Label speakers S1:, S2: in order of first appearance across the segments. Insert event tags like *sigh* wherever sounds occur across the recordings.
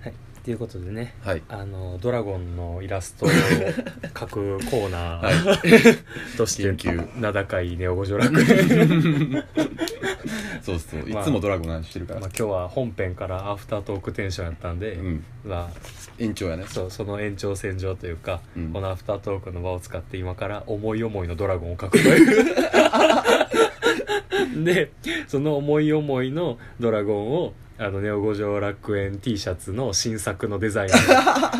S1: はい、ということでね
S2: はい
S1: あのドラゴンのイラ
S2: *laughs*
S1: ストを描くコーナ
S2: は
S1: ー *laughs*
S2: い
S1: として
S2: 緊急
S1: 名高いネオ五条楽
S2: そうそうい
S1: まあ
S2: つもドラゴンの話してるか
S1: まあ
S2: ら、
S1: 今日は本編からアフタートークテンションやったんで、
S2: うん
S1: ま
S2: 延長やね
S1: あ、そうその延長線上というか、
S2: うん
S1: このアフタートークの場を使って今から思い思いのドラゴンを描くという *laughs* でその思い思いのドラゴンをあのネオ五条楽園 T シャツの新作のデザイン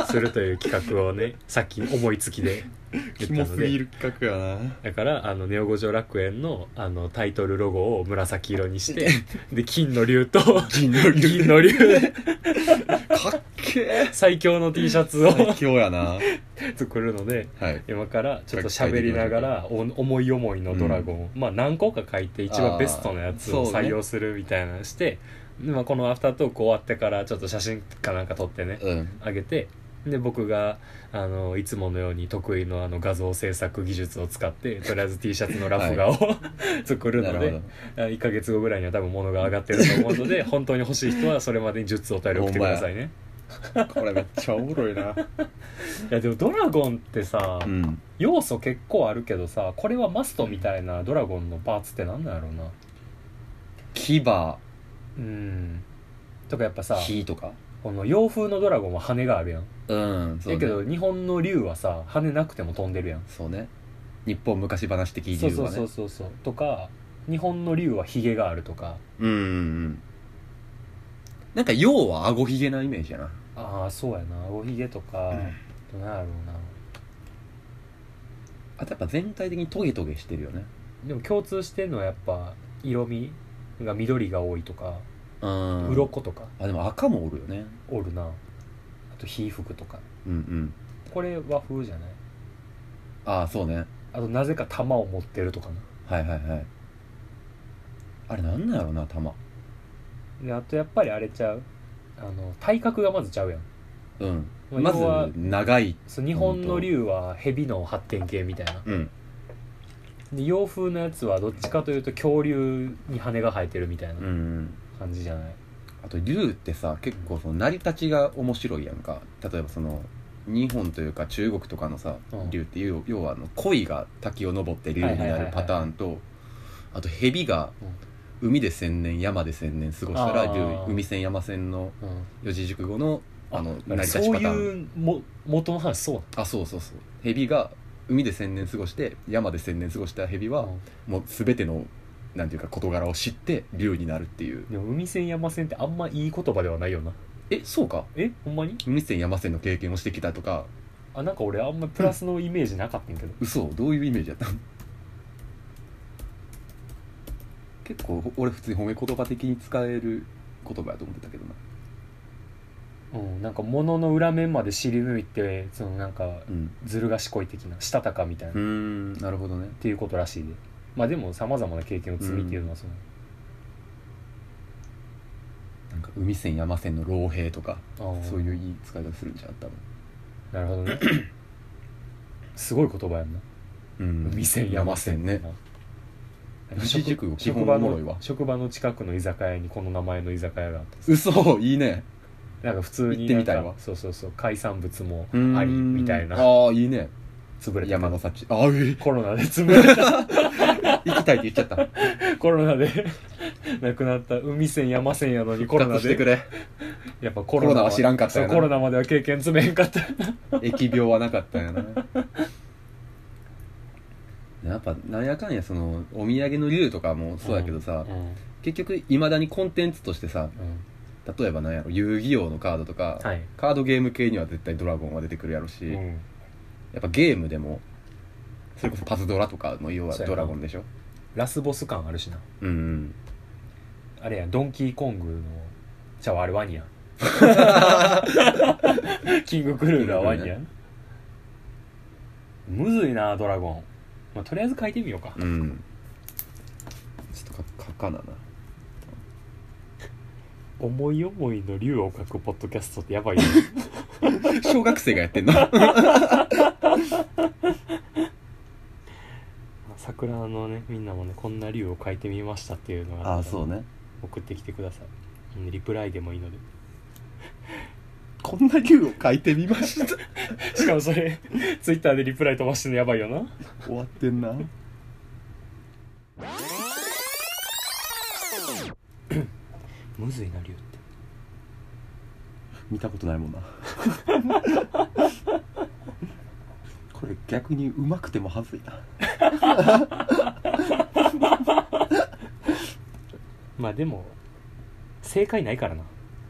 S1: をするという企画をね *laughs* さっき思いつきで言
S2: キ
S1: った
S2: モ
S1: の
S2: すぎ
S1: で
S2: る企画やな
S1: だからあのネオ五条楽園のあのタイトルロゴを紫色にして *laughs* で金の竜と
S2: *laughs* 銀の
S1: *laughs*
S2: 竜
S1: 銀の竜で
S2: かっけえ
S1: 最強の T シャツを
S2: *laughs* 最強やな
S1: 作るので
S2: はい
S1: 今からちょっと喋りながらお思い思いのドラゴン、まあ何個か書いて一番ベストなやつ
S2: あー
S1: を
S2: そうね
S1: 採用するみたいなのして、でまあ、このアフタートーク終わってからちょっと写真かなんか撮ってね
S2: うん
S1: あげてで僕があのいつものように得意のあの画像制作技術を使ってとりあえず T シャツのラフ画を、 *laughs* 作る
S2: な
S1: の
S2: るほ
S1: であ1か月後ぐらいには多分物が上がってると思うので本当に欲しい人はそれまでに10つお便り送ってくださいね
S2: どこれめっちゃおもろいない
S1: やでもドラゴンってさ、
S2: うん
S1: 要素結構あるけどさこれはマストみたいなドラゴンのパーツって何なんやろうな
S2: 牙
S1: うんとかやっぱさ
S2: 火とか
S1: この洋風のドラゴンは羽があるやん
S2: うんそう
S1: だけ
S2: ね
S1: ど日本の竜はさ羽なくても飛んでるやん
S2: そうね日本昔話的理
S1: そう
S2: 由
S1: そう
S2: は
S1: そう
S2: ね
S1: そうそうとか日本の竜はヒゲがあるとか
S2: うんうんうんなんか要は顎ひげなイメージやな
S1: ああそうやなおヒゲとか、どうなんやろうな
S2: あとやっぱ全体的にトゲトゲしてるよね
S1: でも共通してんのはやっぱ色味が緑が多いとか
S2: うん
S1: 鱗とか
S2: あでも赤もおるよね
S1: おるなあと皮膚とか
S2: うんうん
S1: これ和風じゃない
S2: ああそうね
S1: あとなぜか玉を持ってるとかね
S2: はいはいはいあれなんなんやろな玉
S1: であとやっぱりあれちゃうあの体格がまずちゃうやん
S2: うん
S1: まあ
S2: ま
S1: 要は
S2: ず長い
S1: そう日本の竜は蛇の発展系みたいな
S2: うん
S1: で洋風のやつはどっちかというと恐竜に羽が生えてるみたいな
S2: うんうん
S1: 感じじゃない、
S2: あと竜ってさ結構その成り立ちが面白いやんか例えばその日本というか中国とかのさ
S1: うん
S2: 竜って要要はあの鯉が滝を登って竜になるパターンとあと蛇が海で千年山で千年過ごしたら
S1: あ
S2: 竜
S1: ー
S2: 海戦山戦の
S1: うん
S2: 四字熟語のあの成り立ち
S1: そう
S2: パターン
S1: いうも元の話そうな
S2: あそうそうそう蛇が海で千年過ごして山で千年過ごした蛇は
S1: の、
S2: もう全てのなんていうか事柄を知って竜になるっていう
S1: でも海線山線ってあんまいい言葉ではないよな
S2: えそうか
S1: えほんまに
S2: 海線山線の経験をしてきたとか
S1: あなんか俺あんまプラスのイメージなかったんやけど、
S2: 嘘どういうイメージだったの結構ほ俺普通に褒め言葉的に使える言葉やと思ってたけどな
S1: うん、なんか物の裏面まで知り抜いてそのなんか
S2: うん
S1: ずる賢い的なしたたかみたいな
S2: うーんなるほどね
S1: っていうことらしいでまあでもさまざまな経験を積みっていうのはその、
S2: なんか海線山線の老兵とか
S1: あー
S2: そういう言い使い方するんじゃん多分
S1: なるほど
S2: *coughs*
S1: ねすごい言葉やんな
S2: うん
S1: 海線山線
S2: ね
S1: なんか
S2: 四字熟語基
S1: 職
S2: 本
S1: 場
S2: おもろい
S1: の
S2: わ
S1: 職場の近くの居酒屋にこの名前の居酒屋があって
S2: 嘘いいね
S1: なんか普通に
S2: 行ってみたい
S1: なん
S2: わ
S1: かそうそうそう海産物も
S2: うーん
S1: ありみたいな
S2: ああいいね
S1: 潰れて
S2: 山の幸ああうい
S1: コロナで *laughs* 潰れた
S2: 行きたいって言っちゃった
S1: コロナで *laughs* 亡くなった海線山線やのにコロナ
S2: してく
S1: で
S2: れ
S1: やっぱコ
S2: コロナは知らんかったよな
S1: そうコロナまでは経験積めへんかった
S2: 疫病はなかったんやなやっぱなんやかんやそのお土産の竜とかもそうやけどさ、
S1: うんうん
S2: 結局いまだにコンテンツとしてさ
S1: うん
S2: 例えばなんやろ遊戯王のカードとか、
S1: はい、
S2: カードゲーム系には絶対ドラゴンは出てくるやろし、
S1: う
S2: や
S1: ん、
S2: っぱゲームでもそれこそパズドラとかの要は
S1: そうやな
S2: ドラゴンでしょ
S1: ラスボス感あるしな
S2: うんうん
S1: あれやドンキーコングのちゃうあれワ *laughs* ニやんキングクルールはワニやんむずいなドラゴン、まあ、とりあえず書いてみようか
S2: うんちょっとか書かなな
S1: 思い思いの竜を描くポッドキャストってやばい *laughs* よ
S2: 小学生がやって
S1: *laughs*
S2: んの
S1: 桜のねみんなもねこんな竜を描いてみましたっていうのが
S2: ああそうね
S1: 送ってきてくださいうんリプライでもいいので
S2: こんな竜を描いてみました
S1: *laughs* しかもそれツイッターでリプライ飛ばしてんのやばいよな
S2: 終わってんな
S1: むずいな竜って
S2: 見たことな
S1: *laughs*
S2: いもんなこれ逆にうまくてもはずいな
S1: まあでも正解ないからな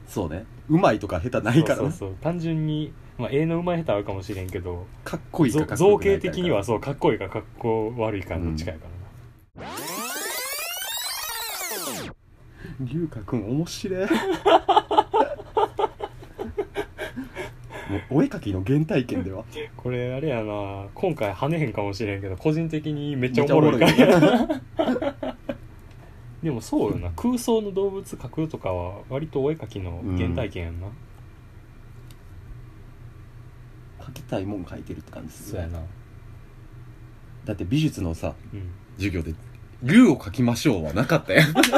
S2: そうねうまいとか下手ないから
S1: そう
S2: ね
S1: そうそう単純に、まあ、絵の上手い下手はあるかもしれんけど
S2: かっこいいかかっこ
S1: 造
S2: よくな
S1: 形
S2: いかやから
S1: 的にはそうかっこいいかかっこ悪いかどっちかやからな、
S2: 龍河君面白いもうお絵描きの原体験では
S1: これあれやな今回跳ねへんかもしれんけど個人的にめっちゃおもろいから *laughs*
S2: めっちゃおもろい
S1: でもそうよな空想の動物描くとかは割とお絵描きの原体験やんな、
S2: 描きたいもん描いてるって感じです
S1: な
S2: だって美術のさ
S1: うん
S2: 授業で「龍を描きましょう」はなかったやん *laughs* 今日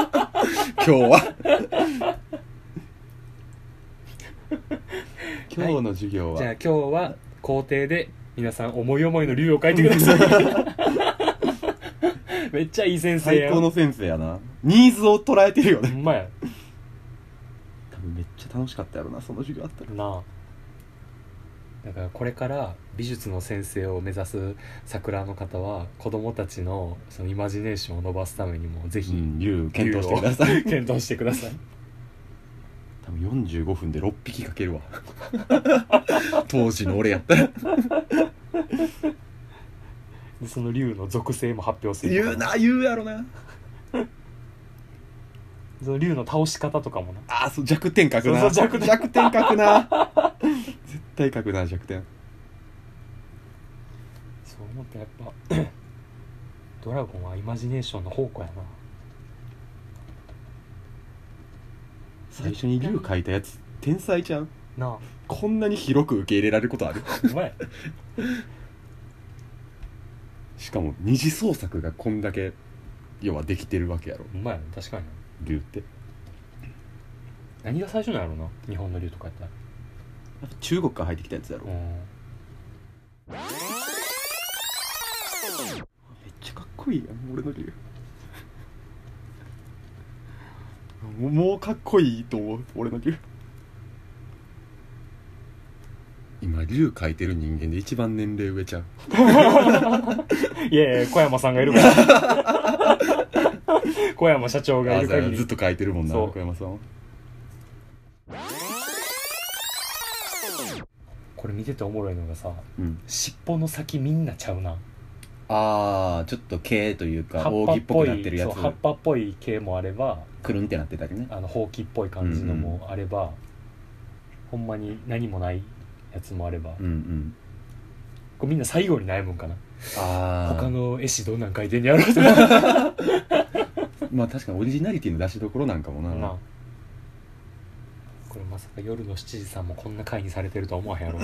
S2: は *laughs* 今日の授業は、
S1: じゃあ今日は校庭で皆さん思い思いの竜を描いてください *laughs* めっちゃいい先生
S2: 最
S1: や
S2: 高の先生やなニーズを捉えてるよ
S1: ほ
S2: ね
S1: んまや
S2: 多分めっちゃ楽しかったやろなその授業あったら
S1: なあだからこれから美術の先生を目指す桜の方は子供たちのそのイマジネーションを伸ばすためにもぜひ
S2: 龍検討してください
S1: 検討してください
S2: *laughs* 多分45分で6匹かけるわ *laughs* 当時の俺やったら
S1: でその竜の属性も発表する
S2: 言うな言うやろな
S1: その竜の倒し方とかもな
S2: あーそう弱点書くな
S1: そうそう弱点
S2: 書くな *laughs* 絶対書くな弱点
S1: そう思ったらやっぱ *clears throat* ドラゴンはイマジネーションの宝庫やな
S2: 最初に龍書いたやつ天才ちゃん
S1: なあ
S2: こんなに広く受け入れられることある
S1: お前
S2: しかも二次創作がこんだけ要はできてるわけやろ
S1: お前確かにな
S2: 龍って
S1: 何が最初なんやろうな日本の竜とかやったら
S2: 中国から入ってきたやつやろ
S1: う
S2: めっ
S1: ん
S2: ちゃかっこいいやん俺の龍 *laughs* もうもうかっこいいと思う俺の龍今龍書いてる人間で一番年齢上ちゃう
S1: いやいや小山さんがいるから *laughs* 小山社長がいる限り
S2: ずっと書いてるもんな
S1: そう
S2: 小山さんは
S1: これ見てておもろいのがさ
S2: うん
S1: 尻尾の先みんなちゃうな
S2: ああちょっと毛というか
S1: 葉っ
S2: 扇っ
S1: ぱ
S2: ぽ
S1: っぽ
S2: くなってる
S1: い
S2: や
S1: そう
S2: つ
S1: 葉っぱっぽい系もあれば
S2: くるんってなってたりね
S1: あのほうきっぽい感じのもあれば、ほんまに何もないやつもあれば、
S2: うんうん
S1: これみんな最後に悩むんかな
S2: あ
S1: 他
S2: あ
S1: の絵師どんなん書いてんやろうってな
S2: まあ確かにオリジナリティの出しどころなんかもな
S1: あこれまさか夜の7時さんもこんな回にされてるとは思わへんやろ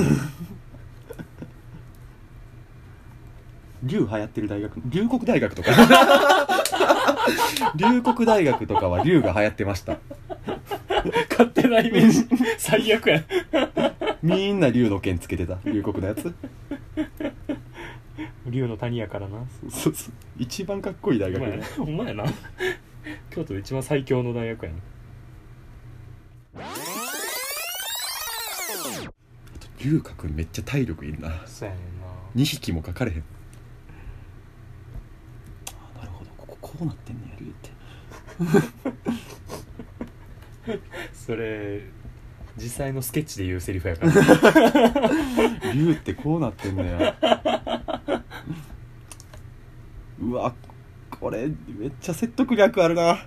S2: 龍流行ってる大学龍谷大学とか *laughs* 龍谷大学とかは龍が流行ってました
S1: 勝手なイメージ最悪や
S2: みんな龍の剣つけてた龍谷のやつ
S1: 竜の谷やからな
S2: そうそう一番かっこいい大
S1: お
S2: 学
S1: 前お前な京都で一番最強の大学やな
S2: 龍河君めっちゃ体力いるな
S1: そうやねんな
S2: 2匹もかかれへんなるほどこここうなってんねや龍って
S1: それ実際のスケッチで言うセリフやから
S2: 竜ってこうなってんのやうわこれめっちゃ説得力あるな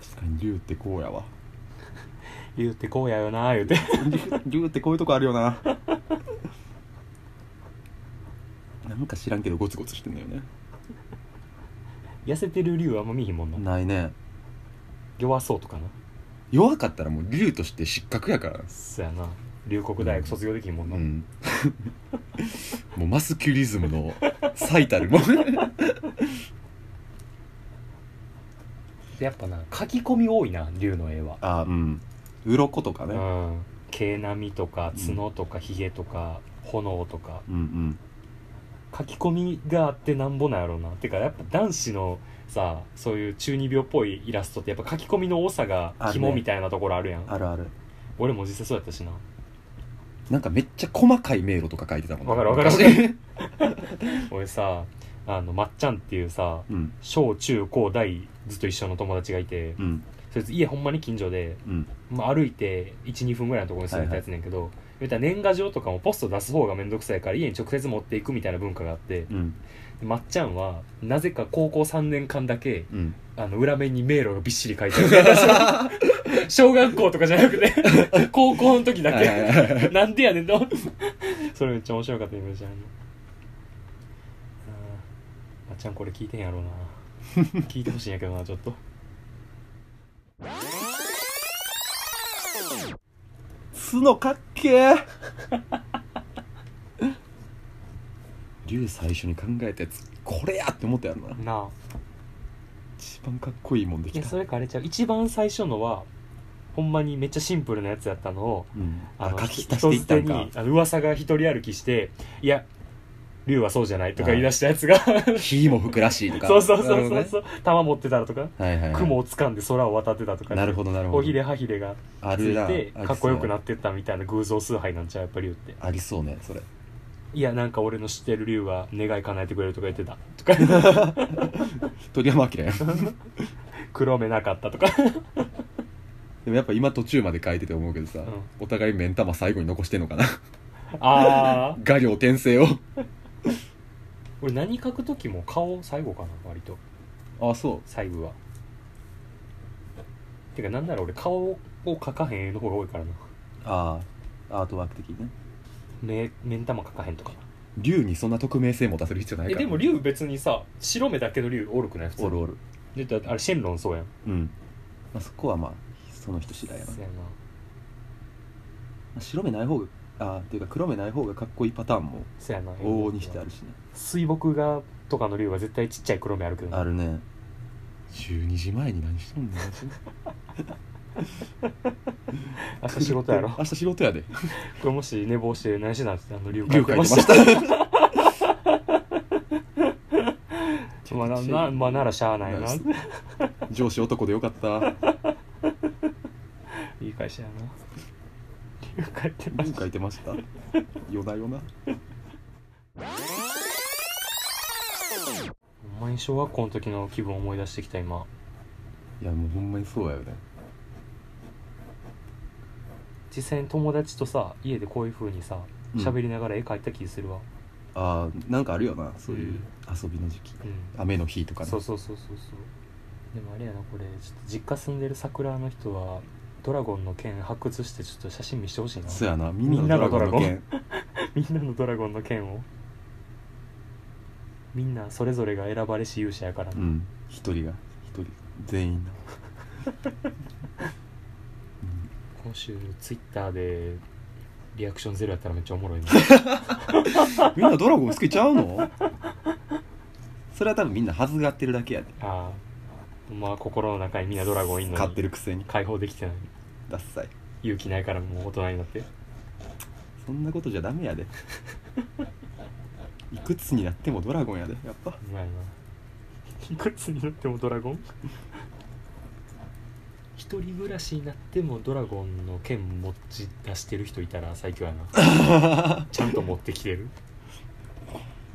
S2: 確かに竜ってこうやわ
S1: *laughs* 言うてこうやよな言うて
S2: 竜竜ってこういうとこあるよななんか知らんけどゴツゴツしてんだよね
S1: 痩せてる竜はあんま見ひんもんな
S2: ないね
S1: 弱そうとかな
S2: 弱かったらもう竜として失格やから
S1: そうやな龍谷大学卒業できんもんな、
S2: うん *laughs* もうマスキュリズムの最たるもん
S1: やっぱな書き込み多いな龍の絵は
S2: *laughs* あうん鱗とか
S1: う
S2: ね、
S1: ん毛並みとか
S2: うん
S1: 角とかひげとか炎とか
S2: うん、うん
S1: 書き込みがあってなんぼなんやろうなてかやっぱ男子のさそういう中二病っぽいイラストってやっぱ書き込みの多さが
S2: あるね
S1: 肝みたいなところあるやん
S2: あるある
S1: 俺も実際そうやったしな
S2: なんかめっちゃ細かい迷路とか書いてたもん
S1: わかるわかる
S2: 昔
S1: 俺さあのまっちゃんっていうさ
S2: うん
S1: 小中高大ずっと一緒の友達がいて
S2: うん
S1: そいつ家ほんまに近所で、
S2: うん
S1: まあ、歩いて12分ぐらいのところに住んでたやつねんけど、言ったら年賀状とかもポスト出す方がめんどくさいから家に直接持っていくみたいな文化があって
S2: うん
S1: でまっちゃんはなぜか高校3年間だけ
S2: うん
S1: あの裏面に迷路がびっしり書いてあ
S2: *laughs*
S1: る小学校とかじゃなくて高校の時だ
S2: はいはいはい
S1: け *laughs* なんでやねんと思ってそれめっちゃ面白かったイメージあるのあーまっちゃんこれ聞いてんやろう *laughs* な聞いてほしいんやけどなちょっと
S2: 角かっけー竜最初に考えたやつこれやって思ったやろな
S1: なあ
S2: 一番かっこいいもんで
S1: い
S2: き
S1: や
S2: た
S1: それかあれちゃう一番最初のはほんまにめっちゃシンプルなやつやったのを
S2: うん、
S1: あ
S2: あ
S1: の
S2: 書き足していった
S1: 人
S2: ん
S1: 捨てに
S2: か
S1: あの噂が一人歩きして「いや龍はそうじゃない」とか言い出したやつ *laughs* が
S2: 火も吹くらしいとか
S1: そうそう
S2: な
S1: そ
S2: る
S1: う
S2: ほど
S1: そう
S2: ね
S1: そう、玉持ってたらとか
S2: はいはい、はい、
S1: 雲を掴んで空を渡ってたとか
S2: なるほどなるほど
S1: おひれはひれが
S2: あ
S1: つ
S2: るなあ
S1: いてかっこよくな
S2: っ
S1: ってったみたいな偶像崇拝なんちゃうやっぱ龍って
S2: ありそうねそれ
S1: 「いやなんか俺の知ってる龍は願い叶えてくれる」とか言ってた *laughs* とか
S2: 鳥山明やん
S1: 黒目なかったと
S2: *laughs*
S1: か
S2: でもやっぱ今途中まで書いてて思うけどさ、
S1: ん
S2: お互い目ん玉最後に残してんのかな *laughs*
S1: ああ
S2: 画量転生を
S1: 俺何描く時も顔最後かな割と
S2: あそ
S1: 細部はてかなんなら俺顔を描かへん絵の方が多いからな
S2: うああアートワーク的にね
S1: 目目ん玉描かへんとか
S2: 竜にそんな匿名性持たせる必要ない
S1: え
S2: から
S1: でも竜別にさ白目だけの竜おるくない普通
S2: おるおる
S1: でだってあれシェンロンそうやん
S2: うん、まあ、そこはまあその人次第やな、
S1: そう
S2: ま
S1: やな
S2: あ白目ない方があっていうか黒目ない方がかっこいいパターンも
S1: そうやな
S2: 往々にしてあるしね
S1: 水墨画とかの竜は絶対ちっちゃい黒目あるけどな
S2: あるね12時前に何しとんの
S1: 明日仕事やろこ
S2: *laughs* 明日仕事やで
S1: れもし寝坊して何してたんですあの竜
S2: 龍
S1: 描い
S2: 書いて
S1: て
S2: ま
S1: ま
S2: し
S1: した
S2: た
S1: まあななまあならしゃあないな
S2: 上司男でよかった
S1: いい会社やな竜描いてま
S2: 龍
S1: した
S2: 書いてましたよなよな
S1: お前小学校の時の気分を思い出してきた今
S2: いやもうほんまにそうやよね
S1: 実際に友達とさ家でこういう風にさ
S2: うん
S1: 喋りながら絵描いた気するわ
S2: ああなんかあるよなそういう遊びの時期
S1: うん、
S2: 雨の日とかね
S1: そうそうそうそうそうでもあれやなこれちょっと実家住んでる桜の人はドラゴンの剣発掘してちょっと写真見してほしいな
S2: そうやなみんなのドラゴンの
S1: みんな
S2: 件
S1: みんなのドラゴンの剣をみんなそれぞれが選ばれし勇者やからな、
S2: うん一人が一人全員なうん
S1: 今週ツイッターでリアクションゼロやったらめっちゃお
S2: *laughs*
S1: もろいな
S2: みんなドラゴン好きちゃうの *laughs* それは多分みんな恥ずがってるだけやで
S1: ああまあ心の中にみんなドラゴンいんの
S2: 買っ
S1: に
S2: てるくせに
S1: 解放できてない
S2: ダッサい
S1: 勇気ないからもう大人になって
S2: そんなことじゃダメやで *laughs* いくつになってもドラゴンやでやっぱ
S1: うまいないくつになってもドラゴン一人暮らしになってもドラゴンの剣持ち出してる人いたら最強やな
S2: *laughs*
S1: ちゃんと持ってきてる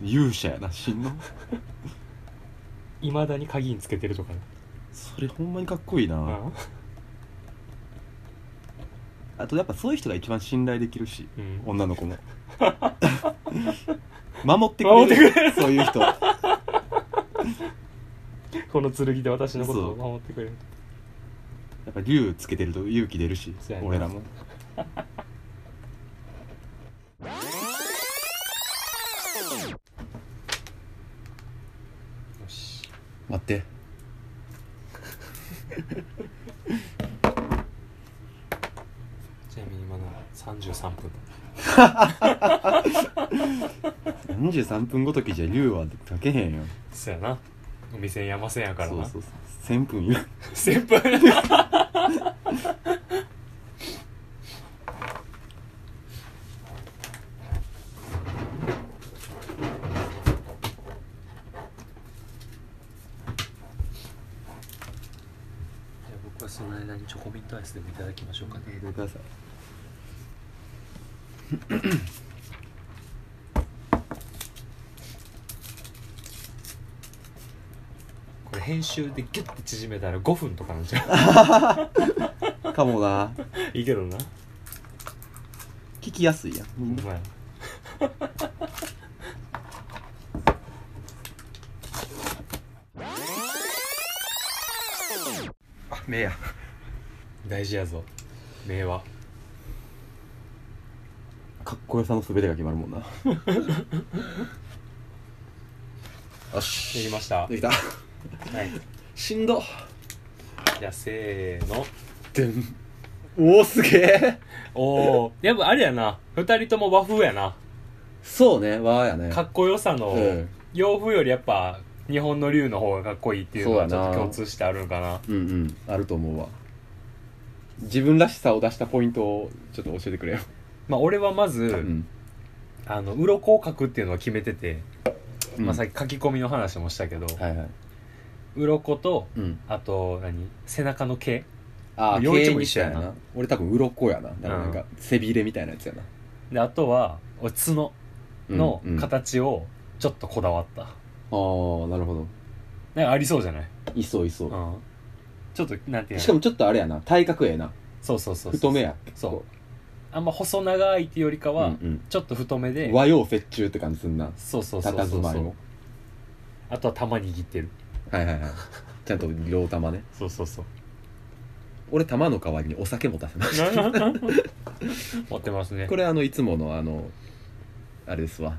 S2: 勇者やな真の
S1: いまだに鍵につけてるとかね
S2: それほんまにかっこいいな、
S1: あ
S2: あとやっぱそういう人が一番信頼できるし
S1: うん
S2: 女の子も *laughs* 守ってくれ
S1: 守
S2: るそういう人
S1: この剣で私のことを
S2: そう
S1: 守ってくれる
S2: やっぱ竜つけてると勇気出るし
S1: そうやな
S2: 俺らも
S1: よし
S2: 待って
S1: ちなみに今の33分
S2: 73分ごときじゃ竜は書けへんよ
S1: そうやなお店山線やから
S2: そう
S1: な
S2: そうそう1000分よ
S1: 先輩僕はその間にチョコミントアイスでもいただきましょうかね
S2: ごめんください
S1: これ編集でギュッて縮めたら5分とかなんじゃう
S2: かもない
S1: いけどな
S2: 聞きやすいやん
S1: う
S2: みんな
S1: まい
S2: あ目や
S1: 大事やぞ名は
S2: かっこよさの全てが決まるもんなよ
S1: で
S2: し
S1: きました
S2: できた
S1: はい
S2: しんど
S1: じゃあせーの
S2: でんおおすげえ
S1: おおやっぱあれやな2人とも和風やな
S2: そうねわーやね
S1: かっこよさの
S2: うん
S1: 洋風よりやっぱ日本の竜の方がかっこいいっていうのはち
S2: そう
S1: ょ
S2: や
S1: っ
S2: な
S1: と共通してあるのかな
S2: うんうんあると思うわ自分らしさを出したポイントをちょっと教えてくれよ、
S1: まあ俺はまず、
S2: うん
S1: あの鱗を描くっていうのは決めてて、まあ、さ
S2: っ
S1: っき書き込みの話もしたけど、
S2: はいはい
S1: 鱗と
S2: うん
S1: あと何背中の毛
S2: ああ
S1: 洋一
S2: 経
S1: も
S2: も
S1: 一
S2: 一
S1: 緒
S2: 緒
S1: や
S2: や
S1: な
S2: な俺多分鱗やなだからなん
S1: う
S2: か背びれみたいなやつやな
S1: であとは俺角の
S2: うんうんあ
S1: 形をちょっとこだわった、
S2: あなるほど
S1: なんかありそうじゃない、、
S2: いそういそううん
S1: ちょっとなんていうの
S2: しかもちょっとあれやな体格ええな
S1: そうそうそうそう
S2: 太めや
S1: そうあんま細長いっていうよりか
S2: う
S1: は、
S2: ん
S1: ちょっと太め
S2: う
S1: で
S2: ん和洋折衷って感じすんな
S1: そうそうそうそうそう
S2: 佇まいも
S1: あとは玉握ってる
S2: はいはいはいちゃんと両玉ね
S1: そうそうそう
S2: 俺玉の代わりにお酒も出せまし
S1: *laughs* 持ってますね
S2: たこれあのいつものあのあれですわ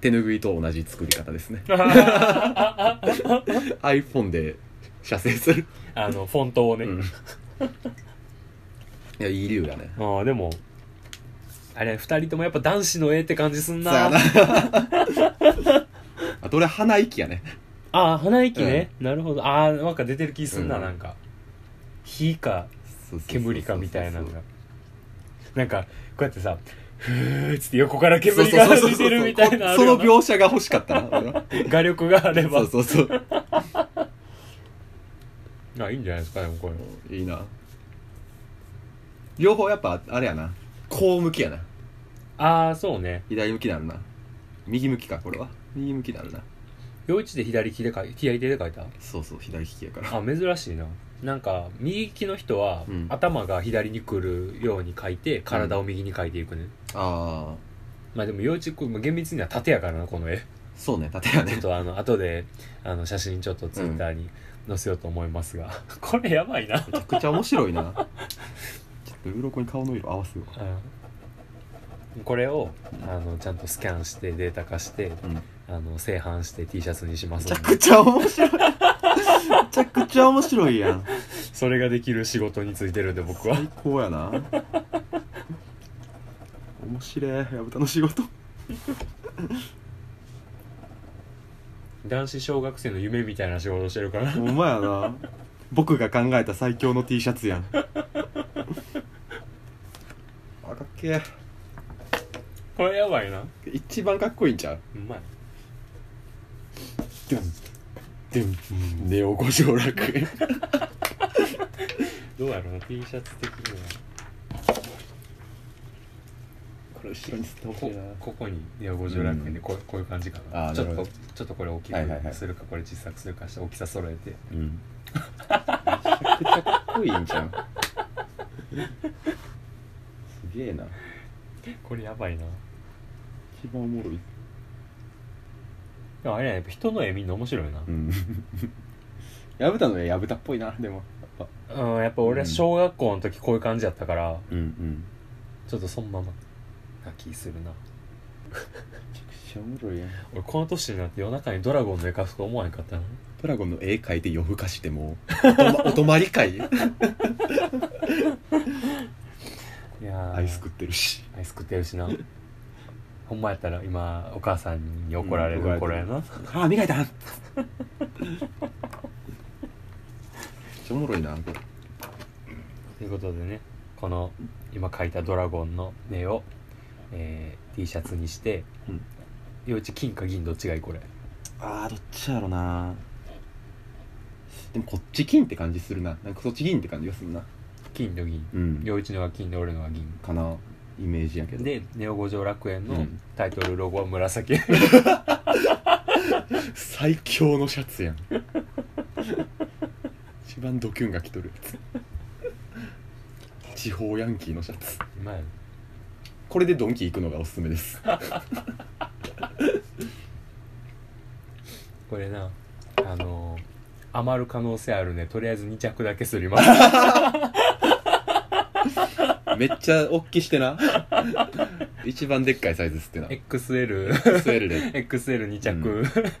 S2: 手ぬぐいと同じ作り方ですね
S1: *laughs*
S2: iPhone で射精する、
S1: あのフォントを
S2: う
S1: ね、
S2: ん、いやいい理由だね
S1: ああでもあれ二人ともやっぱ男子の絵って感じすん
S2: そうや
S1: な
S2: な *laughs* あと俺鼻息やね
S1: ああ鼻息ね、なるほどああなんか出てる気すんな、
S2: うん
S1: なんか火か
S2: そうそうそうそう
S1: 煙かみたいなのがなんかこうやってさふーっつって横から煙
S2: そうそ
S1: が
S2: うそう
S1: 出てるみたいなあ
S2: そ
S1: る
S2: の
S1: よな
S2: 描写が欲しかったな俺は
S1: 画力があれば
S2: そうそうそう
S1: あいいんじゃないですかでもこれ
S2: いいな両方やっぱあれやなこう向きやな
S1: ああそうね
S2: 左向きなんな右向きかこれは右向きなんな
S1: 陽一で左利きで書い左手で書いた
S2: そうそう左利きやから
S1: あ珍しいななんか右利きの人は、
S2: うん
S1: 頭が左に来るように書いて体を右に書いていくね、
S2: ああ
S1: まあでも陽一君厳密には縦やからなこの絵
S2: そうね縦や
S1: ちょ
S2: ね
S1: っとあの後であの写真ちょっとツイッターに載せようと思いますが、 *laughs* これやばいな
S2: めちゃくちゃ面白いなちょっと鱗に顔の色合わせよ
S1: これをあのちゃんとスキャンしてデータ化して
S2: う、うん、め
S1: あの製版して T シャツにします
S2: ちゃ
S1: の
S2: く
S1: で
S2: ちゃ面白いめちゃくちゃ面白いやん
S1: それができる仕事についてるんで僕は *laughs*
S2: 最高やな面白いやぶたの仕事
S1: 男子小学生の夢みたいな仕事してるから
S2: ほんまやな僕が考えた最強の T シャツやんあかっけえ
S1: これやばいな
S2: 一番かっこいいんちゃう
S1: うまい
S2: ドゥンドゥンネオ五条楽園
S1: どうやろうな T シャツ的には
S2: これ後ろに捨て
S1: こ
S2: ほし
S1: こ
S2: いな
S1: ここにネオ50楽園で
S2: うん
S1: こう,、こういう感じかな
S2: あー
S1: ちょっ
S2: な
S1: と
S2: るほど
S1: ちょっとこれ大き
S2: はいはいは
S1: く
S2: い
S1: するかこれ小さくするかして大きさ揃えて
S2: うんめちゃくちゃかっこいいんじゃんすげえな
S1: これやばいな
S2: 一番おもろい
S1: でもあれやねやっぱ人の絵みんな面白いな
S2: うんやぶたの絵やぶたっぽいなでもやっぱ
S1: うん、やっぱ俺は小学校の時こういう感じやったから、
S2: うんうん
S1: ちょっとそのままな気するな
S2: めちゃくちゃおもろいやん
S1: 俺この年になって夜中にドラゴンの絵描くと思わへんかったな
S2: ドラゴンの絵描いて夜更かしでもうおとま *laughs* お泊まり会
S1: いやー
S2: アイス食ってるし
S1: アイス食ってる *laughs* しなほんまやったら今お母さんに怒られ
S2: うん
S1: る
S2: 怒
S1: こ
S2: ら
S1: れ
S2: れ
S1: やな
S2: 歯磨いたんちゃおもろいなこれ
S1: ということでねこの今描いたドラゴンの根を、えー、T シャツにして、
S2: うん
S1: よいち金か銀どっちがいいこれ
S2: あーどっちやろなでもこっち金って感じするななんかそっち銀って感じがするな
S1: 金と銀
S2: うん
S1: 陽一のが金で俺のが銀
S2: かなイメージやけど
S1: でネオ五条楽園
S2: う
S1: の
S2: ん
S1: タイトルロゴは *laughs* 紫
S2: 最強のシャツやん *laughs* 一番ドキュンが着とる地方ヤンキーのシャツ
S1: 今や
S2: これでドンキ行くのがおすすめです
S1: これなあのー余る可能性あるねとりあえず2着だけすります
S2: *laughs* めっちゃ大きしてな一番でっかいサイズっすってな
S1: *laughs* XLXL2
S2: XL で
S1: 着、
S2: う
S1: *laughs*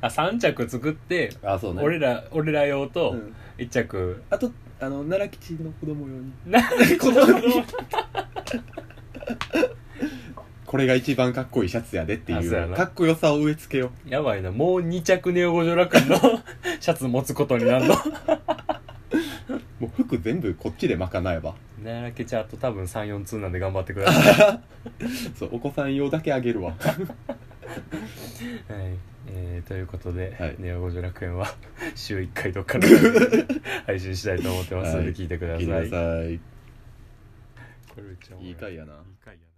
S1: あ3着作って
S2: *laughs* あそうね
S1: 俺ら俺ら用と
S2: うん
S1: 1着、
S2: *laughs* あとあの奈良吉の子供用に
S1: な
S2: 子供用にこれが一番かっこいいシャツやでって
S1: あ
S2: い
S1: そうや
S2: う
S1: な
S2: かっこよさを植え付けよう
S1: *laughs* やばいなもう2着ネオ五条楽園の
S2: *laughs*
S1: シャツ持つことになるの *laughs*
S2: もう服全部こっちで賄えば
S1: 奈良ケチャーと多分34通なんで頑張ってく
S2: *laughs*
S1: ださい、
S2: そうお子さん用だけあげるわ
S1: はいえーということで、
S2: はい
S1: ネオ五条楽園は週1回どっか
S2: *laughs*
S1: で配信したいと思ってますので、
S2: はい
S1: 聞いてくだ
S2: 聞
S1: さ
S2: い
S1: い
S2: てください
S1: これめっちゃおもろ
S2: いい回やない
S1: い回やな